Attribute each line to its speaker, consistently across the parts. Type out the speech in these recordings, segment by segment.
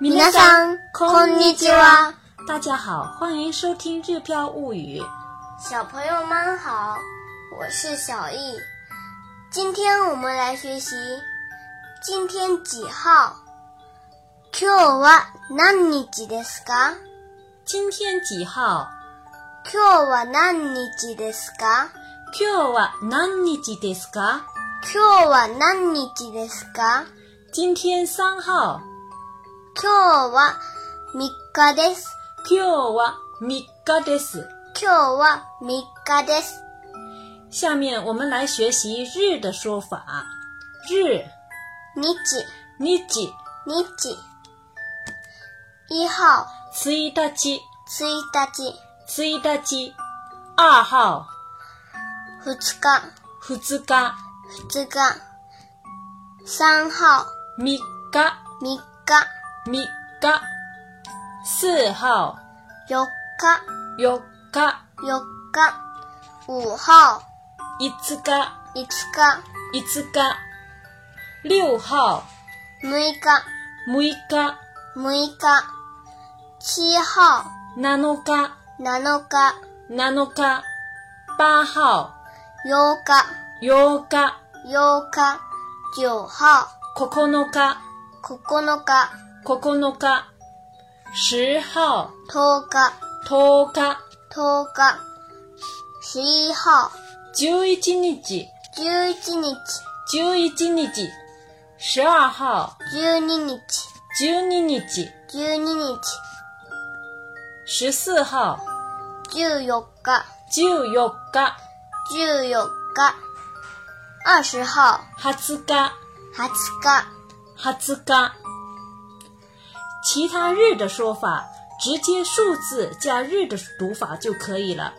Speaker 1: 皆さんこんにちは。
Speaker 2: 大家好，欢迎收听《日飘物语》。
Speaker 1: 小朋友们好，我是小易。今天我们来学习今天几号。今日は何日ですか？
Speaker 2: 今天几号？
Speaker 1: 今日は何日ですか？
Speaker 2: 今日は何日ですか？
Speaker 1: 今日は何日ですか？
Speaker 2: 今天三号。
Speaker 1: 今日は三日です。
Speaker 2: 今日は三日です。
Speaker 1: 今日は三日です。
Speaker 2: 下面我们来学习日的说法。日、
Speaker 1: 日
Speaker 2: 日、一
Speaker 1: 日一号
Speaker 2: 日、
Speaker 1: 一日
Speaker 2: 一日、二号、
Speaker 1: 二日
Speaker 2: 二日、
Speaker 1: 二日三号
Speaker 2: 三日、
Speaker 1: 三日
Speaker 2: 三日、四号、
Speaker 1: 四日
Speaker 2: 四日、
Speaker 1: 四日五号
Speaker 2: 五日、
Speaker 1: 五日
Speaker 2: 五日、六号、
Speaker 1: 六日
Speaker 2: 六日、
Speaker 1: 六日七号
Speaker 2: 七日、
Speaker 1: 七日
Speaker 2: 七日、八号、
Speaker 1: 八日
Speaker 2: 八日、
Speaker 1: 八日
Speaker 2: 九
Speaker 1: 九号
Speaker 2: 日、
Speaker 1: 九日
Speaker 2: 九日、十号、
Speaker 1: 十日
Speaker 2: 十日、
Speaker 1: 十日十一号
Speaker 2: 十一日、
Speaker 1: 十一日
Speaker 2: 十一日、十二号、
Speaker 1: 12日、
Speaker 2: 十二日、
Speaker 1: 12日、
Speaker 2: 十四号、
Speaker 1: 14日、
Speaker 2: 十四日、
Speaker 1: 14日、20号、
Speaker 2: 二十日、
Speaker 1: 20日、
Speaker 2: 哈兹嘎。其他日的说法，直接数字加日的读法就可以了。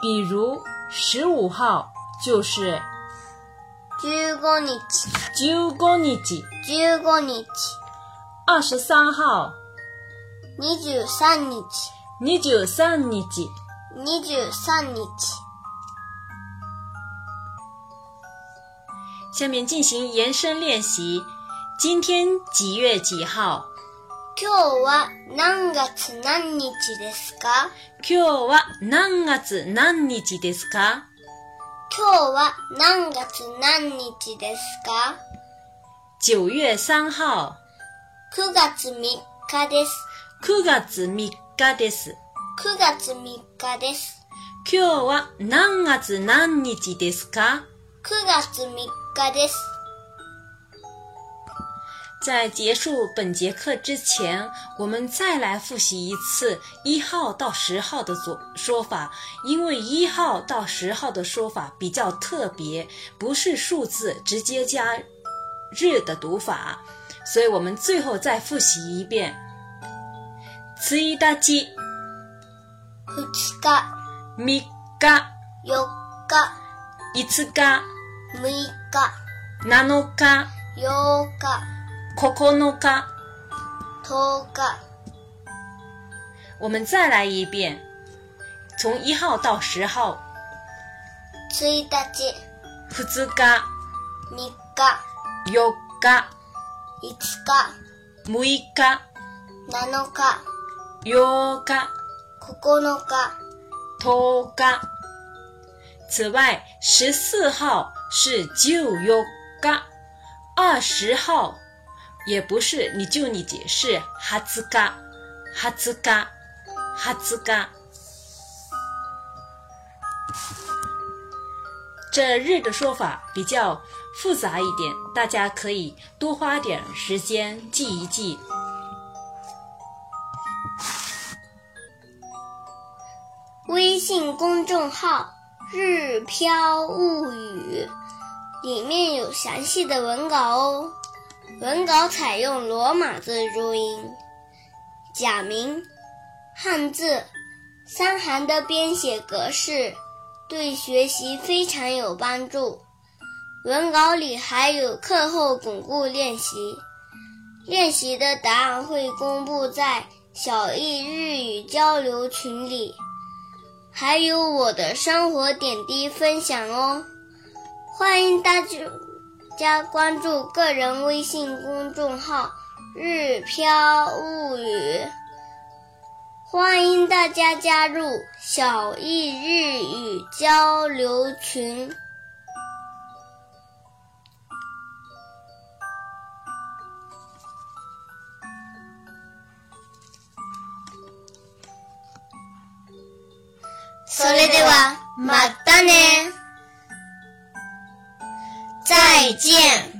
Speaker 2: 比如十五号就是
Speaker 1: 15日、
Speaker 2: 九五日，
Speaker 1: 15日、
Speaker 2: 二十三号、
Speaker 1: 23日、
Speaker 2: 二十三日、
Speaker 1: 23日、
Speaker 2: 下面进行延伸练习。今天几月几号？
Speaker 1: 今日は何月何日ですか
Speaker 2: 今日は何月何日ですか？
Speaker 1: 今日は何月何日ですか
Speaker 2: 九月三号、
Speaker 1: ?9 月3日です。
Speaker 2: 九月三日です。
Speaker 1: 9月3日です。
Speaker 2: 今日は何月何日ですか？
Speaker 1: 9月3日です。
Speaker 2: 在结束本节课之前，我们再来复习一次一号到十号的说说法，因为一号到十号的说法比较特别，不是数字直接加日的读法，所以我们最后再复习一遍。一日、
Speaker 1: 2日、
Speaker 2: 三日、五
Speaker 1: 4日、
Speaker 2: 日、
Speaker 1: 6日、
Speaker 2: 七日、
Speaker 1: 8日、
Speaker 2: 九日。
Speaker 1: 10日、
Speaker 2: 我们再来一遍，从一号到十号，
Speaker 1: 1日、
Speaker 2: 二日。
Speaker 1: 3
Speaker 2: 4
Speaker 1: 日、
Speaker 2: 日、
Speaker 1: 5
Speaker 2: 6
Speaker 1: 日、
Speaker 2: 日、
Speaker 1: 7日、
Speaker 2: 8日、
Speaker 1: 9日、
Speaker 2: 10日。此外，十四号是旧4日，二十号也不是你就你解释哈兹嘎，哈兹嘎，哈兹嘎。这日的说法比较复杂一点，大家可以多花点时间记一记。
Speaker 1: 微信公众号“日飘物语”里面有详细的文稿哦。文稿采用罗马字注音，假名、汉字、三行的编写格式，对学习非常有帮助。文稿里还有课后巩固练习，练习的答案会公布在小易日语交流群里。还有我的生活点滴分享哦。欢迎大家关注个人微信公众号“日飘物语》，欢迎大家加入小易日语交流群。それでは、またね。再见。